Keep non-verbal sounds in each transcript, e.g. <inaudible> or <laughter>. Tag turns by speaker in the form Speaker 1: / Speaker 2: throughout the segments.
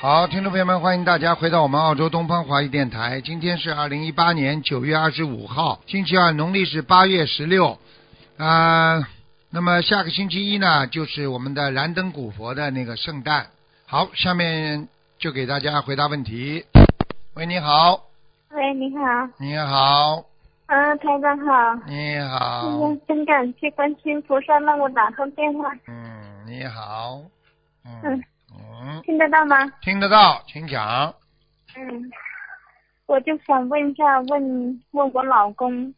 Speaker 1: 好，听众朋友们，欢迎大家回到我们澳洲东方华语电台。今天是二零一八年九月二十五号，星期二，农历是八月十六。啊，那么下个星期一呢，就是我们的燃灯古佛的那个圣诞。好，下面就给大家回答问题。喂，你好，
Speaker 2: 喂，你好，
Speaker 1: 你好，
Speaker 2: 嗯，台长好，
Speaker 1: 你
Speaker 2: 今
Speaker 1: 好，
Speaker 2: 天真感谢观世音菩萨让我打通电话，
Speaker 1: 嗯，你好，嗯
Speaker 2: 嗯
Speaker 1: 嗯，
Speaker 2: 听得到吗？
Speaker 1: 听得到，请讲。
Speaker 2: 嗯，我就想问一下，问问我老公，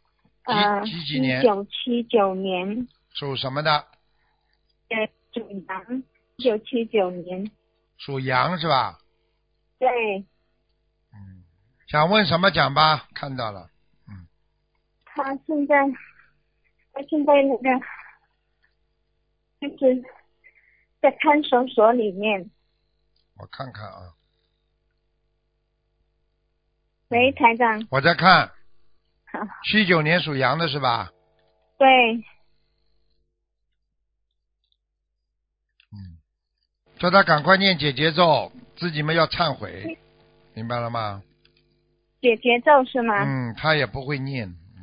Speaker 2: 呃，
Speaker 1: 几几几年
Speaker 2: 九七九年，
Speaker 1: 属什么的？
Speaker 2: 呃，属羊，九七九年，
Speaker 1: 属羊是吧？
Speaker 2: 对
Speaker 1: 嗯，想问什么讲吧？看到了，
Speaker 2: 他现在，他现在那个，就是在看守所里面，
Speaker 1: 我看看啊，
Speaker 2: 喂，台长，
Speaker 1: 我在看
Speaker 2: 好，
Speaker 1: 七九年属羊的是吧？
Speaker 2: 对，
Speaker 1: 嗯，叫他赶快念解结咒，自己们要忏悔，明白了吗？
Speaker 2: 解节奏是吗？
Speaker 1: 嗯，他也不会念，嗯，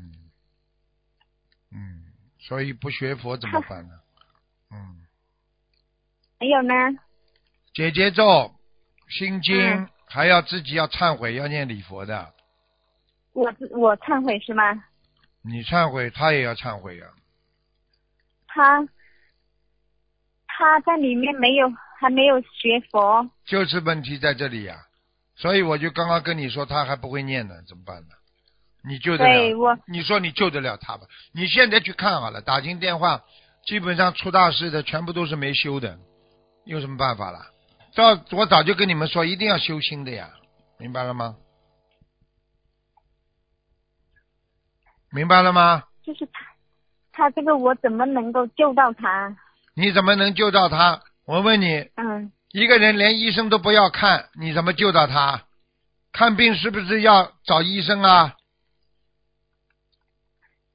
Speaker 1: 嗯，所以不学佛怎么办呢？嗯，
Speaker 2: 还有呢？
Speaker 1: 解结咒、心经，
Speaker 2: 嗯
Speaker 1: 还要自己要忏悔，要念礼佛的。
Speaker 2: 我我忏悔是吗？
Speaker 1: 你忏悔，他也要忏悔呀、啊
Speaker 2: 他他在里面没有还没有学佛，
Speaker 1: 就是问题在这里呀、所以我就刚刚跟你说，他还不会念呢，怎么办呢？你救得
Speaker 2: 对
Speaker 1: 了？
Speaker 2: 我
Speaker 1: 你说你救得了他吧？你现在去看好了，打进电话，基本上出大事的全部都是没修的，有什么办法啦？早我早就跟你们说，一定要修心的呀，明白了吗？明白了吗？
Speaker 2: 就是他他这个我怎么能够救到他？
Speaker 1: 你怎么能救到他？我问你，
Speaker 2: 嗯，
Speaker 1: 一个人连医生都不要看，你怎么救到他？看病是不是要找医生啊？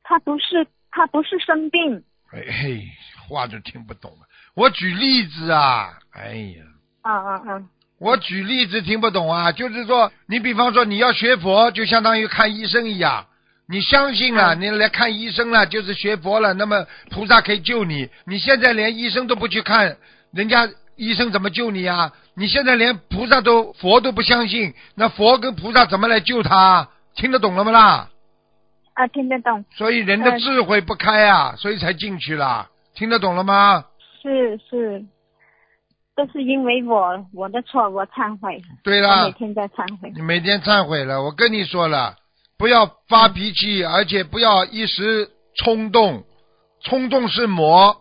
Speaker 2: 他不是他不是生病
Speaker 1: 哎嘿，话就听不懂了。我举例子啊，哎呀，
Speaker 2: 啊啊啊！
Speaker 1: 我举例子听不懂啊，就是说，你比方说你要学佛，就相当于看医生一样，你相信了，
Speaker 2: 嗯
Speaker 1: 你来看医生了，啊就是学佛了，那么菩萨可以救你。你现在连医生都不去看，人家医生怎么救你啊？你现在连菩萨都佛都不相信，那佛跟菩萨怎么来救他？听得懂了吗啦？
Speaker 2: 啊，听得懂，
Speaker 1: 所以人的
Speaker 2: 嗯
Speaker 1: 智慧不开啊，所以才进去了。听得懂了吗？
Speaker 2: 是是，都是因为我我的错，我忏悔，
Speaker 1: 对
Speaker 2: 我
Speaker 1: 了
Speaker 2: 每，天在忏悔。
Speaker 1: 你每天忏悔了，我跟你说了，不要发脾气，而且不要一时冲动，冲动是魔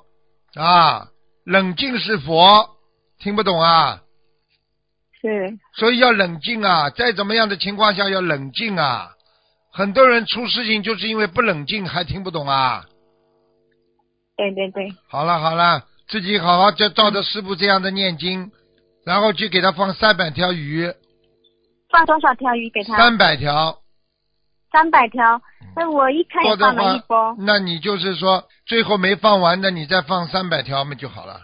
Speaker 1: 啊，冷静是佛，听不懂啊？
Speaker 2: 是
Speaker 1: 所以要冷静啊，在怎么样的情况下要冷静啊？很多人出事情就是因为不冷静，还听不懂啊？
Speaker 2: 对对对，
Speaker 1: 好了好了，自己好好就照着师傅这样的念经，然后去给他放三百条鱼，
Speaker 2: 放多少条鱼给他？
Speaker 1: 三百条。
Speaker 2: 三百条。那我一开
Speaker 1: 做
Speaker 2: 也
Speaker 1: 的
Speaker 2: 放了一波
Speaker 1: 话，，那你就是说最后没放完的，你再放三百条嘛就好了。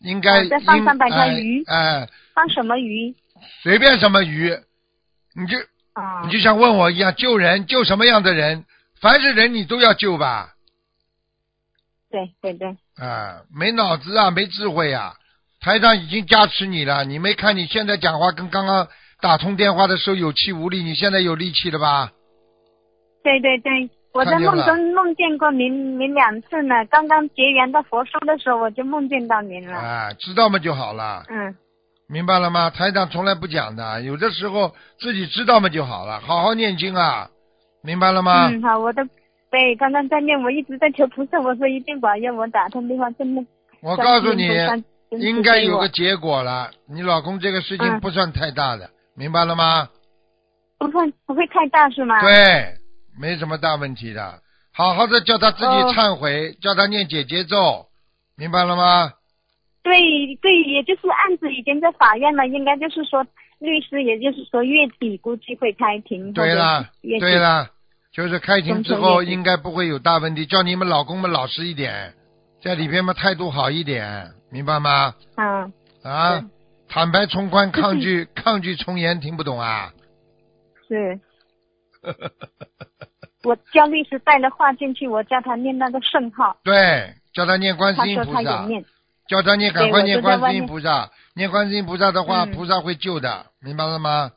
Speaker 1: 应该
Speaker 2: 哦再放
Speaker 1: 应
Speaker 2: 300条鱼
Speaker 1: 哎，哎
Speaker 2: 放什么鱼？
Speaker 1: 随便什么鱼，你就
Speaker 2: 啊
Speaker 1: 你，就像问我一样，救人救什么样的人，凡是人你都要救吧？
Speaker 2: 对对对，
Speaker 1: 啊，没脑子啊，没智慧啊！台上已经加持你了，你没看你现在讲话跟刚刚打通电话的时候有气无力，你现在有力气了吧？
Speaker 2: 对对对，我在
Speaker 1: 看见
Speaker 2: 梦
Speaker 1: 了
Speaker 2: 中梦见过您，您两次呢。刚刚结缘到佛书的时候，我就梦见到您了。
Speaker 1: 啊，知道嘛就好了。
Speaker 2: 嗯，
Speaker 1: 明白了吗？台长从来不讲的，有的时候自己知道嘛就好了，好好念经啊，明白了吗？
Speaker 2: 嗯，好，我都对，刚刚在念，我一直在求菩萨，我说一定保佑我打通电话，真的。
Speaker 1: 我告诉你，
Speaker 2: 观世音菩萨真是
Speaker 1: 应该有
Speaker 2: 给
Speaker 1: 个
Speaker 2: 我
Speaker 1: 结果了。你老公这个事情
Speaker 2: 嗯
Speaker 1: 不算太大的，明白了吗？
Speaker 2: 不会不会太大是吗？
Speaker 1: 对，没什么大问题的。好好的叫他自己
Speaker 2: 哦
Speaker 1: 忏悔，叫他念姐姐咒，明白了吗？
Speaker 2: 对对，也就是案子已经在法院了，应该就是说律师，也就是说月底估计会开庭。
Speaker 1: 对
Speaker 2: 了
Speaker 1: 了，，
Speaker 2: 月底
Speaker 1: 对了，就是开庭之后
Speaker 2: 中秋月饼
Speaker 1: 应该不会有大问题。叫你们老公们老实一点，在里边嘛态度好一点，明白吗？
Speaker 2: 嗯，
Speaker 1: 啊
Speaker 2: 对，
Speaker 1: 坦白从宽，抗拒抗拒从严，听不懂啊？ <laughs>
Speaker 2: 是。我叫律师带了话进去，我叫他念那个圣号，
Speaker 1: 对，叫他念观
Speaker 2: 他
Speaker 1: 世音
Speaker 2: 说
Speaker 1: 菩
Speaker 2: 他
Speaker 1: 萨
Speaker 2: 也，念。
Speaker 1: 叫他念，赶快念
Speaker 2: 对我就在
Speaker 1: 观
Speaker 2: 外
Speaker 1: 世
Speaker 2: 面
Speaker 1: 音菩萨，念观世音菩萨的话，
Speaker 2: 嗯
Speaker 1: 菩萨会救的，明白了吗？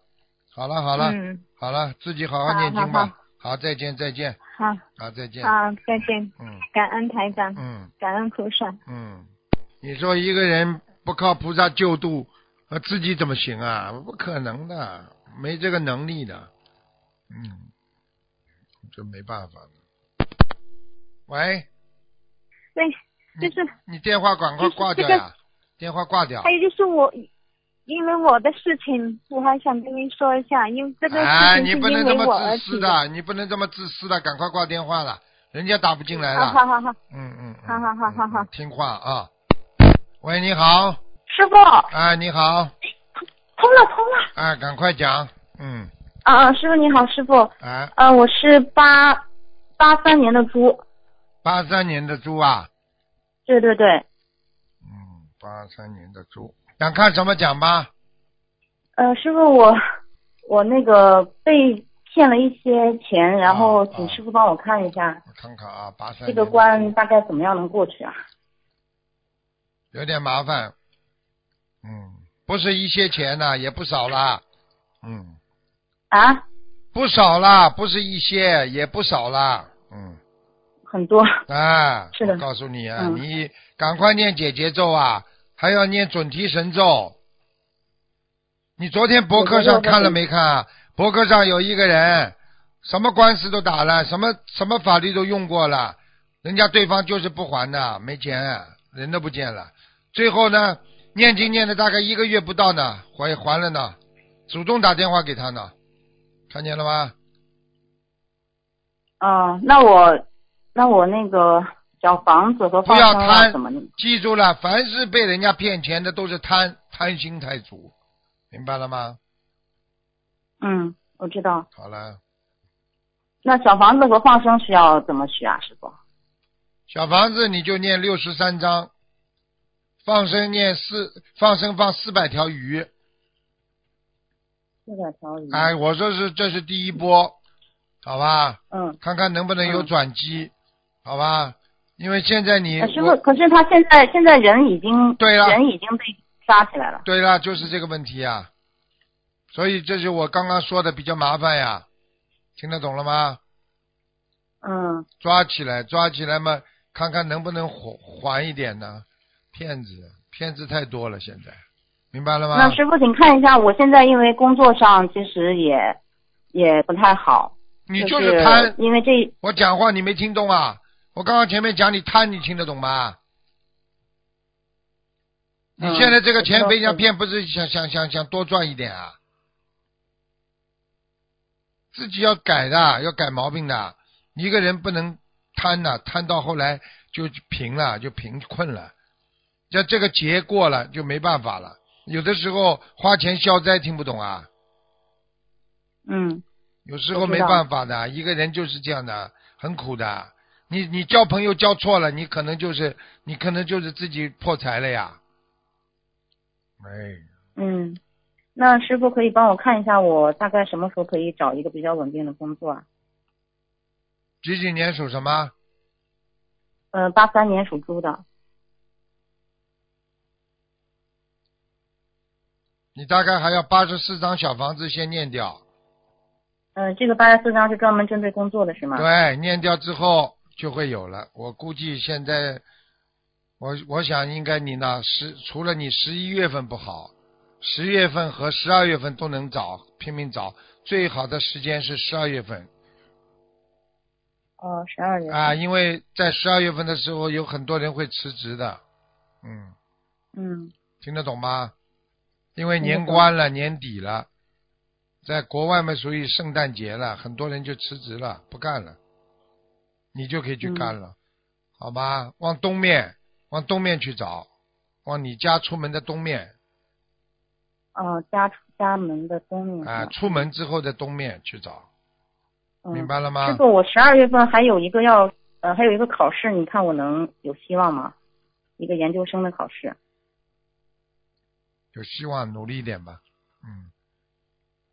Speaker 1: 好了好了、
Speaker 2: 嗯，
Speaker 1: 好了，自己好好念经
Speaker 2: 好好
Speaker 1: 吧。好，再见再见，
Speaker 2: 好，
Speaker 1: 好再见。
Speaker 2: 好，再见，
Speaker 1: 嗯
Speaker 2: 感恩台长，
Speaker 1: 嗯
Speaker 2: 感恩菩萨。
Speaker 1: 嗯，你说一个人不靠菩萨救度，呃，自己怎么行啊？不可能的，没这个能力的。嗯，这没办法了。喂，
Speaker 2: 对，哎
Speaker 1: 嗯
Speaker 2: 就是
Speaker 1: 你电话赶快
Speaker 2: 就是
Speaker 1: 挂掉
Speaker 2: 哎这个哎
Speaker 1: 呀！电话挂掉
Speaker 2: 还。有就是我，因为我的事情，我还想跟您说一下，因为这个
Speaker 1: 哎，
Speaker 2: 事
Speaker 1: 你
Speaker 2: 情
Speaker 1: 不
Speaker 2: 是
Speaker 1: 能
Speaker 2: 因
Speaker 1: 这
Speaker 2: 为我
Speaker 1: 么
Speaker 2: 而
Speaker 1: 自私
Speaker 2: 起。
Speaker 1: 的，你不能这么自私的，赶快挂电话了，人家打不进来
Speaker 2: 啊，
Speaker 1: 了。
Speaker 2: 好好好，
Speaker 1: 嗯嗯。嗯
Speaker 2: 好好好好好
Speaker 1: 嗯听话啊！喂，你好，
Speaker 2: 师傅
Speaker 1: 哎，你好，
Speaker 2: 通了通了。
Speaker 1: 哎，赶快讲，嗯，
Speaker 2: 啊，师傅你好，师傅，
Speaker 1: 哎，
Speaker 2: 呃，我是八八三年的猪，
Speaker 1: 八三年的猪啊，
Speaker 2: 对对对，
Speaker 1: 嗯，八三年的猪，想看什么讲吧？
Speaker 2: 呃，师傅我我那个被骗了一些钱，然后请师傅帮我看一下、
Speaker 1: 我看看啊，八三
Speaker 3: 这个关大概怎么样能过去啊？
Speaker 1: 有点麻烦，嗯，不是一些钱呐、也不少啦，嗯，
Speaker 3: 啊，
Speaker 1: 不少啦，不是一些，也不少啦，嗯。
Speaker 3: 很多， <laughs>
Speaker 1: 啊，
Speaker 3: 是的
Speaker 1: 我告诉你啊，
Speaker 3: 嗯
Speaker 1: 你赶快念解结咒啊，还要念准提神咒。你昨天博客上看了没看啊？博客上有一个人，什么官司都打了，什么什么法律都用过了，人家对方就是不还的，没钱，啊人都不见了。最后呢，念经念了大概一个月不到呢，还还了呢，主动打电话给他呢，看见了吗？
Speaker 3: 嗯，那我那我那个小房子和
Speaker 1: 不
Speaker 3: 放
Speaker 1: 要
Speaker 3: 生
Speaker 1: 贪
Speaker 3: 啊什么的，
Speaker 1: 记住了，凡是被人家骗钱的都是贪贪心太足，明白了吗？
Speaker 3: 嗯，我知道。
Speaker 1: 好了，
Speaker 3: 那小房子和放生需要怎么许啊，师傅？
Speaker 1: 小房子你就念六十三章，放生念四放生放四百条鱼。
Speaker 3: 嗯四百条鱼
Speaker 1: 哎，我说是这是第一波，好吧？
Speaker 3: 嗯，
Speaker 1: 看看能不能有
Speaker 3: 嗯
Speaker 1: 转机，好吧？因为现在你
Speaker 3: 哎师
Speaker 1: 我
Speaker 3: 傅，可是他现在现在人已经
Speaker 1: 对了
Speaker 3: 人已经被抓起来了。
Speaker 1: 对了，就是这个问题呀、所以这是我刚刚说的比较麻烦呀，听得懂了吗？
Speaker 3: 嗯，
Speaker 1: 抓起来，抓起来嘛，看看能不能还还一点呢？骗子，骗子太多了，现在明白了吗
Speaker 3: 那？师傅，请看一下，我现在因为工作上其实也也不太好，
Speaker 1: 你
Speaker 3: 就
Speaker 1: 就是贪，
Speaker 3: 因为这
Speaker 1: 我讲话你没听懂啊？我刚刚前面讲你贪，你听得懂吗？你
Speaker 3: 嗯
Speaker 1: 现在这个
Speaker 3: 我知
Speaker 1: 钱
Speaker 3: 道
Speaker 1: 被人家
Speaker 3: 是
Speaker 1: 骗，不是想想想想多赚一点啊？自己要改的，要改毛病的。一个人不能贪呐、贪到后来就贫了，就贫困了。这这个节过了就没办法了。有的时候花钱消灾听不懂啊，
Speaker 3: 嗯
Speaker 1: 有时候
Speaker 3: 我
Speaker 1: 没
Speaker 3: 知道
Speaker 1: 办法的，一个人就是这样的，很苦的。你你交朋友交错了，你可能就是你可能就是自己破财了呀。哎，
Speaker 3: 嗯，那师傅可以帮我看一下，我大概什么时候可以找一个比较稳定的工作啊？
Speaker 1: 几几年属什么？
Speaker 3: 呃，八三年属猪的，
Speaker 1: 你大概还要八十四张小房子先念掉，
Speaker 3: 呃，这个八十四张是专门针对工作的是吗？
Speaker 1: 对，念掉之后就会有了。我估计现在，我我想应该你呢，十除了你十一月份不好，十月份和十二月份都能找，拼命找，最好的时间是十二月份。
Speaker 3: 哦，十二月份
Speaker 1: 啊，因为在十二月份的时候，有很多人会辞职的，嗯，
Speaker 3: 嗯
Speaker 1: 听得懂吗？因为
Speaker 3: 听得
Speaker 1: 年
Speaker 3: 懂
Speaker 1: 关了，年底了，在国外嘛，属于圣诞节了，很多人就辞职了，不干了，你就可以去干
Speaker 3: 嗯
Speaker 1: 了，好吧？往东面，往东面去找，往你家出门的东面
Speaker 3: 哦，家出家门的东面是
Speaker 1: 啊，
Speaker 3: 吗
Speaker 1: 出门之后的东面去找，
Speaker 3: 嗯、
Speaker 1: 明白了
Speaker 3: 师
Speaker 1: 吗？
Speaker 3: 傅，我十二月份还有一个要呃还有一个考试，你看我能有希望吗？一个研究生的考试，
Speaker 1: 就希望努力一点吧。嗯，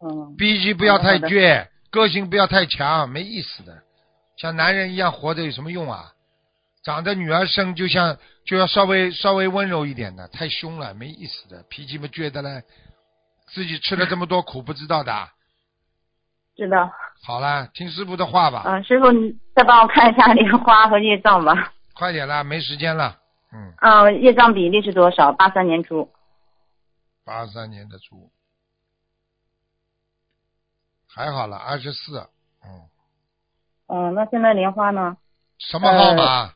Speaker 3: 嗯，
Speaker 1: 脾气不要太
Speaker 3: 好的好
Speaker 1: 倔，个性不要太强，没意思的。像男人一样活着有什么用啊？长得女儿身就像就要稍微稍微温柔一点的，太凶了没意思的，脾气嘛倔的嘞，自己吃了这么多苦不知道的。啊
Speaker 3: 知道。
Speaker 1: 好啦，听师傅的话吧，
Speaker 3: 啊，师傅，你再帮我看一下莲花和业障吧。
Speaker 1: 快点啦，没时间了。嗯，
Speaker 3: 啊，业障比例是多少？八三年猪。
Speaker 1: 八三年的猪，还好了，二十四。嗯，
Speaker 3: 嗯，那现在莲花呢？
Speaker 1: 什么号码？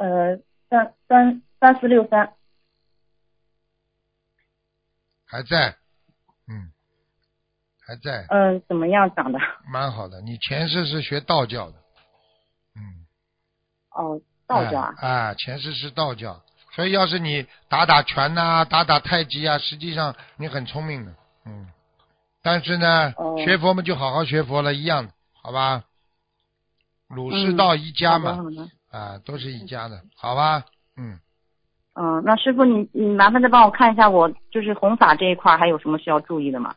Speaker 3: 呃，三三三四六三。
Speaker 1: 还在，嗯，还在，
Speaker 3: 嗯、怎么样长的？
Speaker 1: 蛮好的。你前世是学道教的，嗯，
Speaker 3: 哦，道家。
Speaker 1: 哎啊，前世是道教，所以要是你打打拳呐、打打太极啊，实际上你很聪明的，嗯，但是呢，
Speaker 3: 哦
Speaker 1: 学佛嘛就好好学佛了，一样的，好吧？儒释
Speaker 3: 嗯
Speaker 1: 道一家嘛，
Speaker 3: 好的好的
Speaker 1: 啊，都是一家的，好吧？嗯，
Speaker 3: 嗯，那师傅你你麻烦再帮我看一下我就是弘法这一块儿还有什么需要注意的吗？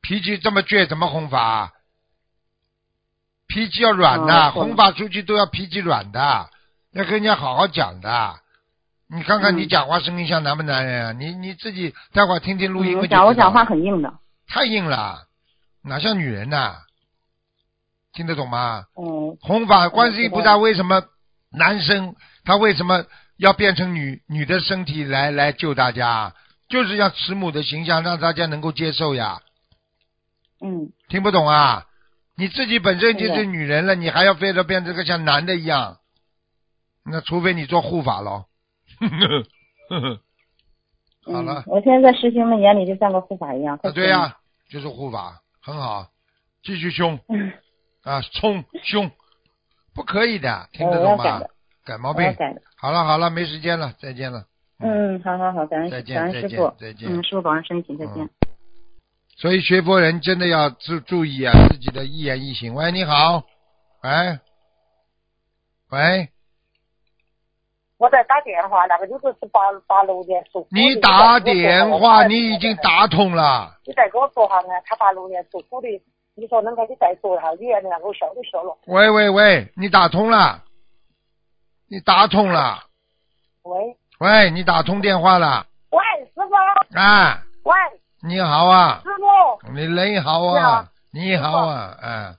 Speaker 1: 脾气这么倔，怎么弘法啊？脾气要软的，
Speaker 3: 哦懂了
Speaker 1: 弘法出去都要脾气软的，要跟人家好好讲的。你看看
Speaker 3: 嗯
Speaker 1: 你讲话声音像男不男人啊？你你自己待会儿听听录
Speaker 3: 嗯
Speaker 1: 音嘛
Speaker 3: 我
Speaker 1: 就知道
Speaker 3: 讲
Speaker 1: 了
Speaker 3: 我讲话很硬的。
Speaker 1: 太硬了，哪像女人呐、听得懂吗？
Speaker 3: 嗯
Speaker 1: 弘法观世音菩
Speaker 3: 知道
Speaker 1: 萨为什么男生他为什么要变成女女的身体来来救大家？就是要慈母的形象，让大家能够接受呀。
Speaker 3: 嗯
Speaker 1: 听不懂啊？你自己本身已经
Speaker 3: 是
Speaker 1: 是
Speaker 3: 的
Speaker 1: 女人了，你还要非得变成个像男的一样，那除非你做护
Speaker 3: <laughs>
Speaker 1: 法咯。
Speaker 3: 嗯。
Speaker 1: 好了
Speaker 3: 我现在在师兄们眼里就像个护法一样。
Speaker 1: 啊，对呀、就是护法，很好，继续凶
Speaker 3: 嗯
Speaker 1: 啊，冲凶，不可以的，听得
Speaker 3: 我要
Speaker 1: 懂
Speaker 3: 改
Speaker 1: 吗
Speaker 3: 的？
Speaker 1: 改毛
Speaker 3: <laughs> 我要
Speaker 1: 病。
Speaker 3: 改的。
Speaker 1: 好了好了，没时间了，再见了。
Speaker 3: 嗯，好好好，感
Speaker 1: 再
Speaker 3: 恩
Speaker 1: 见
Speaker 3: 感恩
Speaker 1: 再
Speaker 3: 师
Speaker 1: 见
Speaker 3: 傅，
Speaker 1: 再见
Speaker 3: 嗯，师傅保重身体，再见。
Speaker 1: 嗯所以学佛人真的要注注意啊，自己的一言一行。喂，你好，喂，喂，
Speaker 4: 我在打电话，那个就是是八八楼年属虎的。
Speaker 1: 你打电话，你已经。打通了。
Speaker 4: 你再给我说下
Speaker 2: 啊
Speaker 4: 呢，他八六年属虎的，你说能给你再说下，爷呢，我笑就笑了。
Speaker 1: 喂喂喂，你打通了，你打通了，
Speaker 4: 喂，
Speaker 1: 喂，你打通电话了
Speaker 4: 喂，师傅，
Speaker 1: 啊！
Speaker 4: 喂，
Speaker 1: 你好啊，
Speaker 4: 师傅，
Speaker 1: 你你好啊，你好啊，啊，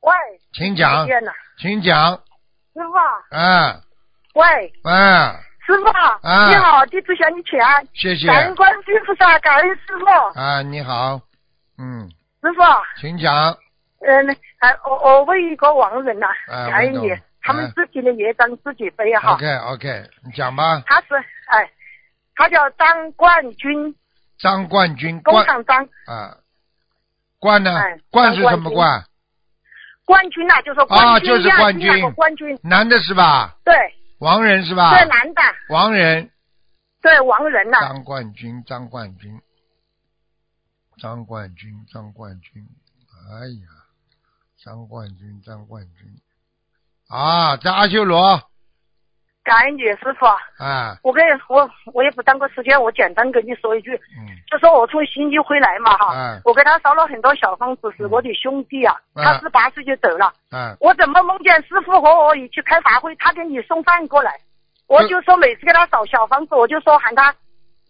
Speaker 4: 喂，
Speaker 1: 请讲，
Speaker 4: 天呐，
Speaker 1: 请讲，
Speaker 4: 师傅啊，
Speaker 1: 啊
Speaker 4: 喂，
Speaker 1: 啊，
Speaker 4: 师傅啊，
Speaker 1: 啊
Speaker 4: 你好，弟子向你请安，
Speaker 1: 谢谢
Speaker 4: 感恩观世音菩萨，感恩师傅，
Speaker 1: 啊，你好，嗯，
Speaker 4: 师傅啊，
Speaker 1: 请讲，
Speaker 4: 嗯，还我我问一个亡人呐、
Speaker 1: 哎
Speaker 4: 感恩
Speaker 1: 我懂
Speaker 4: 你，他们
Speaker 1: 哎
Speaker 4: 自己的业障自己背哈。
Speaker 1: OK OK，你讲吧，
Speaker 4: 他是哎，他叫张冠军，
Speaker 1: 张冠军
Speaker 4: 工
Speaker 1: 冠
Speaker 4: 厂张
Speaker 1: 啊，冠呢
Speaker 4: 哎？
Speaker 1: 冠是什么
Speaker 4: 张冠军
Speaker 1: 冠？
Speaker 4: 冠军呐、就说
Speaker 1: 啊
Speaker 4: 冠军
Speaker 1: 就是
Speaker 4: 亚
Speaker 1: 冠
Speaker 4: 军那个
Speaker 1: 军
Speaker 4: 冠军，
Speaker 1: 男的是吧？
Speaker 4: 对，
Speaker 1: 王人是吧？
Speaker 4: 这男的，
Speaker 1: 王人，
Speaker 4: 对王仁呐、
Speaker 1: 张冠军，张冠军，张冠军，张冠军，哎呀，张冠军，张冠军，啊，在阿修罗
Speaker 4: 感恩你师傅，
Speaker 1: 啊，
Speaker 4: 我跟我我也不耽搁时间，我简单跟你说一句，
Speaker 1: 嗯，
Speaker 4: 就说我从新疆回来嘛哈，
Speaker 1: 嗯
Speaker 4: 我给他烧了很多小房子，是我的兄弟啊，
Speaker 1: 嗯
Speaker 4: 他十八岁就走了，
Speaker 1: 啊，
Speaker 4: 我怎么梦见师傅和我一起开法会，他给你送饭过来，我就说每次给他扫小房子，我就说喊他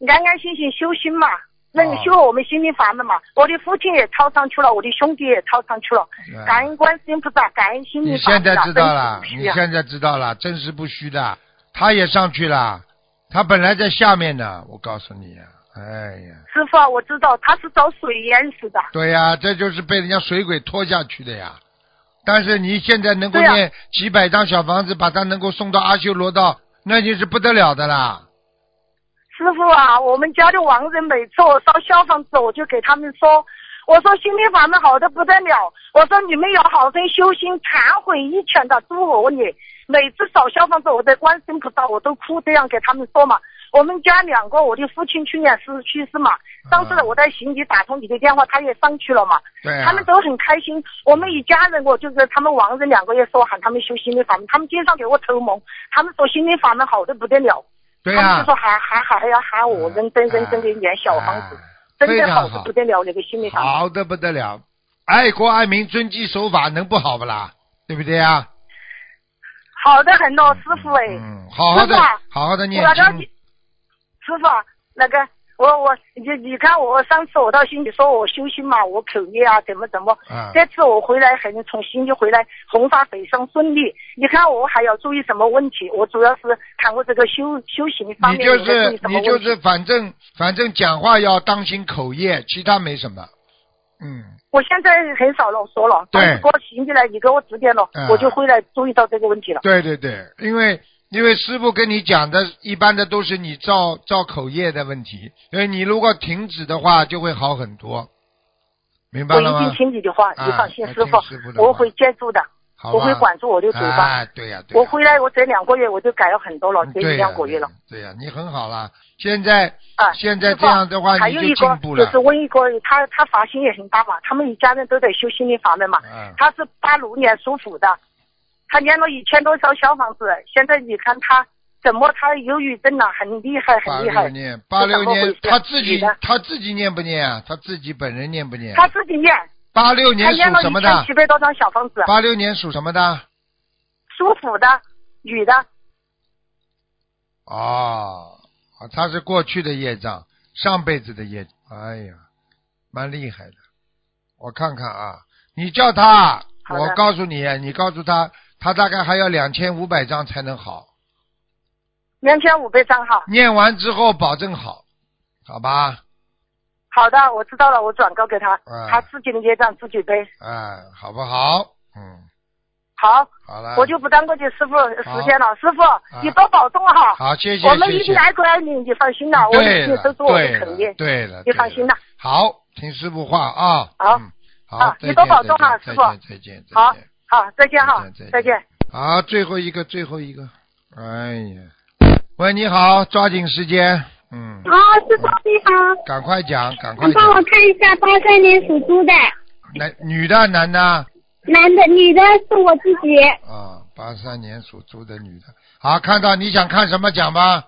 Speaker 4: 安安心心修心嘛，那个修我们心灵法门嘛。
Speaker 1: 哦
Speaker 4: 我的父亲也超上去了，我的兄弟也超上去了，
Speaker 1: 啊
Speaker 4: 感恩观世音菩萨，感恩心
Speaker 1: 你
Speaker 4: 灵法门
Speaker 1: 现
Speaker 4: 啊。
Speaker 1: 在知道了，
Speaker 4: 真
Speaker 1: 你
Speaker 4: 是不虚啊
Speaker 1: 现在知道了，真实不虚的，他也上去了，他本来在下面呢，我告诉你啊，哎呀，
Speaker 4: 师傅啊，我知道他是遭水淹死的，
Speaker 1: 对呀、这就是被人家水鬼拖下去的呀。但是你现在能够
Speaker 4: 对呀
Speaker 1: 念几百张小房子，把它能够送到阿修罗道，那就是不得了的啦。
Speaker 4: 师傅啊，我们家的亡人每次我烧小房子，我就给他们说，我说心灵法门好的不得了，我说你们要好生修心，忏悔以前的诸恶孽。每次烧小房子，我在观世音菩萨我都哭，这样给他们说嘛。我们家两个，我的父亲去年是去世嘛，当时我在行里打通你的电话，他也上去了嘛，
Speaker 1: 对哎呀、
Speaker 4: 他们都很开心。我们一家人，我就是他们亡人两个也说喊他们修心灵法门，他们经常给我托梦，他们说心灵法门好的不得了。
Speaker 1: 对
Speaker 4: 他们
Speaker 1: 呀、
Speaker 4: 就说还还还要喊我扔扔扔扔给
Speaker 1: 哎
Speaker 4: 点小房子，
Speaker 1: 哎
Speaker 4: 真
Speaker 1: 非
Speaker 4: 的
Speaker 1: 常
Speaker 4: 好
Speaker 1: 好
Speaker 4: 的不得了，那个心理法门。
Speaker 1: 好的不得了，爱国爱民、遵纪守法，能不好不啦？对不对呀、
Speaker 4: 好的很哦，师傅哎，
Speaker 1: 嗯，好好的
Speaker 4: 师傅啊，
Speaker 1: 好好的念
Speaker 4: 我到
Speaker 1: 经
Speaker 4: 师。傅啊那个我我你你看我上次我到心里说我修心嘛，我口业啊怎么怎么，
Speaker 1: 啊
Speaker 4: 这次我回来很从新疆回来，弘法北上顺利。你看我还要注意什么问题？我主要是谈过这个修修行方
Speaker 1: 你
Speaker 4: 面，
Speaker 1: 就
Speaker 4: 我要注
Speaker 1: 是
Speaker 4: 意什么
Speaker 1: 你
Speaker 4: 问题？
Speaker 1: 就是，反正反正讲话要当心口业，其他没什么。嗯，
Speaker 4: 我现在很少了说了，
Speaker 1: 对
Speaker 4: 但是给我行起来，你给我指点了，
Speaker 1: 嗯
Speaker 4: 我就会来注意到这个问题了。
Speaker 1: 对对对，因为因为师傅跟你讲的，一般的都是你造造口业的问题，所以你如果停止的话，就会好很多，明白
Speaker 4: 我
Speaker 1: 了
Speaker 4: 一
Speaker 1: 吗
Speaker 4: 定？听你的话，
Speaker 1: 啊
Speaker 4: 你放心，
Speaker 1: 要
Speaker 4: 师
Speaker 1: 听
Speaker 4: 傅
Speaker 1: 师傅，的话
Speaker 4: 我会接住的，
Speaker 1: 好吧
Speaker 4: 我会管住我的嘴巴。
Speaker 1: 哎，对呀、对呀、
Speaker 4: 我回来，我这两个月我就改了很多了，这
Speaker 1: 对
Speaker 4: 一
Speaker 1: 呀
Speaker 4: 两个月了。
Speaker 1: 对呀、你很好啦。现在
Speaker 4: 啊，
Speaker 1: 现在
Speaker 4: 师傅
Speaker 1: 这样的话
Speaker 4: 还
Speaker 1: 你
Speaker 4: 有
Speaker 1: 就
Speaker 4: 一
Speaker 1: 进
Speaker 4: 个
Speaker 1: 步
Speaker 4: 就
Speaker 1: 了
Speaker 4: 是问一个，他他法心也很大嘛，他们一家人都在修心灵法门嘛。
Speaker 1: 嗯
Speaker 4: 他是八六年属虎的，他念了一千多套小房子，现在你看他怎么他忧郁症了，很厉害，
Speaker 1: 八
Speaker 4: 很厉
Speaker 1: 六
Speaker 4: 害。
Speaker 1: 年，八六
Speaker 4: 怎么回
Speaker 1: 年
Speaker 4: 事
Speaker 1: 他自己
Speaker 4: 你呢
Speaker 1: 他自己念不念啊？他自己本人念不念？
Speaker 4: 他自己念，
Speaker 1: 八六年
Speaker 4: 他念
Speaker 1: 属
Speaker 4: 了
Speaker 1: 什么
Speaker 4: 一千
Speaker 1: 的
Speaker 4: 七？百多张小房子，
Speaker 1: 八六年属什么的？
Speaker 4: 属虎的，女的，
Speaker 1: 哦，啊他是过去的业障，上辈子的业障。哎呀，蛮厉害的。我看看啊，你叫他，
Speaker 4: 好的
Speaker 1: 我告诉你，你告诉他，他大概还要两千五百张才能好。
Speaker 4: 两千五百张哈。
Speaker 1: 念完之后保证好，好吧？
Speaker 4: 好的，我知道了，我转告给他
Speaker 1: 嗯，
Speaker 4: 他自己的业障自己背。
Speaker 1: 哎，好不好？嗯，
Speaker 4: 好，
Speaker 1: 好了。
Speaker 4: 我就不耽搁你师傅时间了，师傅，你
Speaker 1: 啊
Speaker 4: 多保重哈。
Speaker 1: 好，谢谢
Speaker 4: 我们
Speaker 1: 谢
Speaker 4: 一
Speaker 1: 谢
Speaker 4: 定。爱国爱民，你放心了，啊我
Speaker 1: 对
Speaker 4: 一定
Speaker 1: 了
Speaker 4: 收住我
Speaker 1: 对
Speaker 4: 的
Speaker 1: 了
Speaker 4: 口业。
Speaker 1: 对了，
Speaker 4: 你
Speaker 1: 对
Speaker 4: 放心了。
Speaker 1: 好，听师傅话啊。
Speaker 4: 好
Speaker 1: 嗯，好
Speaker 4: 啊，
Speaker 1: 再
Speaker 4: 你多
Speaker 1: 见
Speaker 4: 保重啊
Speaker 1: 再见
Speaker 4: 师傅
Speaker 1: 再见，再见
Speaker 4: 好，好，再见哈
Speaker 1: 再见，再
Speaker 4: 再
Speaker 1: 见
Speaker 4: 见。
Speaker 1: 好，最后一个，最后一个。哎呀，喂，你好，抓紧时间，嗯，
Speaker 5: 哦，师傅你好，
Speaker 1: 赶快讲，赶快
Speaker 5: 你帮我
Speaker 1: 讲。
Speaker 5: 看一下八三年属猪的
Speaker 1: 男女的，男的啊
Speaker 5: 男的女的是我自己，，
Speaker 1: 八三年属猪的女的。好，看到你想看什么讲吧？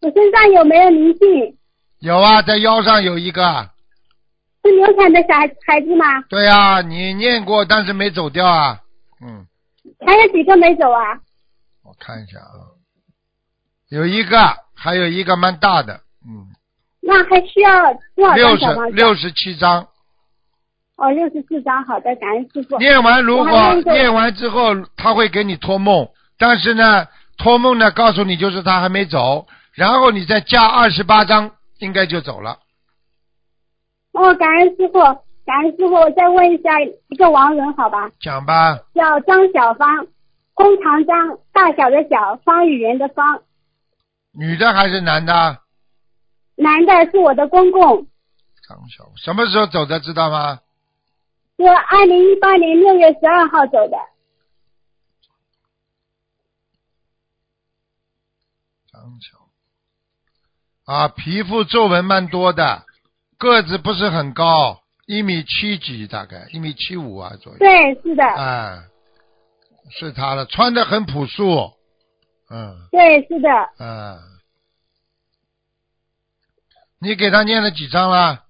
Speaker 5: 我身上有没有灵性？
Speaker 1: 有啊，在腰上有一个。
Speaker 5: 是流产的小孩孩子吗？
Speaker 1: 对呀、你念过，但是没走掉啊。嗯，
Speaker 5: 还有几个没走啊？
Speaker 1: 我看一下啊，有一个，还有一个蛮大的，嗯，
Speaker 5: 那还需要多少
Speaker 1: 六
Speaker 5: 张小
Speaker 1: 十
Speaker 5: 房子？
Speaker 1: 六十七章。
Speaker 5: 哦，六十四张，好的，感恩师傅。
Speaker 1: 念完如
Speaker 5: 我还
Speaker 1: 果
Speaker 5: 有一个
Speaker 1: 念完之后，他会给你托梦，但是呢，托梦呢告诉你就是他还没走，然后你再加二十八章，应该就走了。
Speaker 5: 哦，感恩师傅，感恩师傅，我再问一下一个亡人好吧，
Speaker 1: 讲吧，
Speaker 5: 叫张小芳，工长张，大小的小，方语言的方，
Speaker 1: 女的还是男的啊？
Speaker 5: 男的是我的公公，
Speaker 1: 张小，什么时候走的知道吗？
Speaker 5: 是二零一八年六月十二号走的。
Speaker 1: 张小，啊，皮肤皱纹蛮多的，个子不是很高，一米七几大概，一米七五啊左右。
Speaker 5: 对，是的，
Speaker 1: 啊，是他了，穿的很朴素，嗯。
Speaker 5: 对，是的，
Speaker 1: 嗯，你给他念了几章了？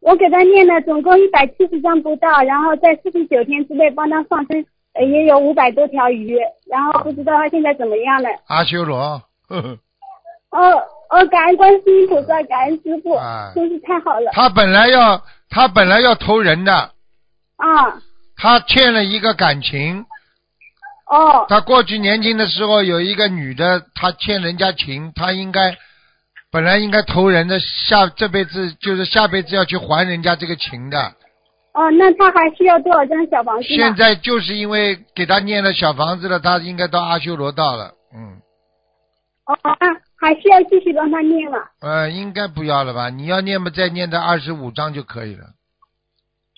Speaker 5: 我给他念了总共一百七十张不到，然后在四十九天之内帮他放生，呃也有五百多条鱼，然后不知道他现在怎么样了。
Speaker 1: 阿修罗， <laughs> 呵呵
Speaker 5: 哦哦，感恩观世音菩萨，感恩师傅
Speaker 1: 哎，
Speaker 5: 真是太好了
Speaker 1: 他本来要他本来要投人的，
Speaker 5: 啊！
Speaker 1: 他欠了一个感情。
Speaker 5: 哦
Speaker 1: 他过去年轻的时候有一个女的，他欠人家情，他应该本来应该投人的，下这辈子就是下辈子要去还人家这个情的。
Speaker 5: 哦，那他还需要多少张小房子呢
Speaker 1: 现？在就是因为给他念了小房子了，他应该到阿修罗道了。嗯，
Speaker 5: 哦，那还需要继续帮他念吗？
Speaker 1: 呃，应该不要了吧？你要念不再念到二十五章就可以了。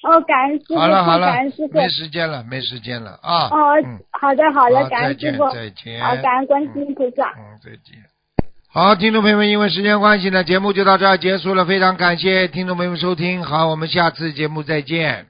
Speaker 5: 哦，感恩师傅，
Speaker 1: 好了好了
Speaker 5: 感恩师，傅。
Speaker 1: 没时间了，没时间了啊。
Speaker 5: 哦
Speaker 1: 嗯，，
Speaker 5: 好的好的，感
Speaker 1: 再
Speaker 5: 恩师
Speaker 1: 见
Speaker 5: 傅，
Speaker 1: 再见。
Speaker 5: 好，感恩观世音菩萨。
Speaker 1: 嗯，再见。好，听众朋友们，因为时间关系呢，节目就到这儿结束了。非常感谢听众朋友们收听，好，我们下次节目再见。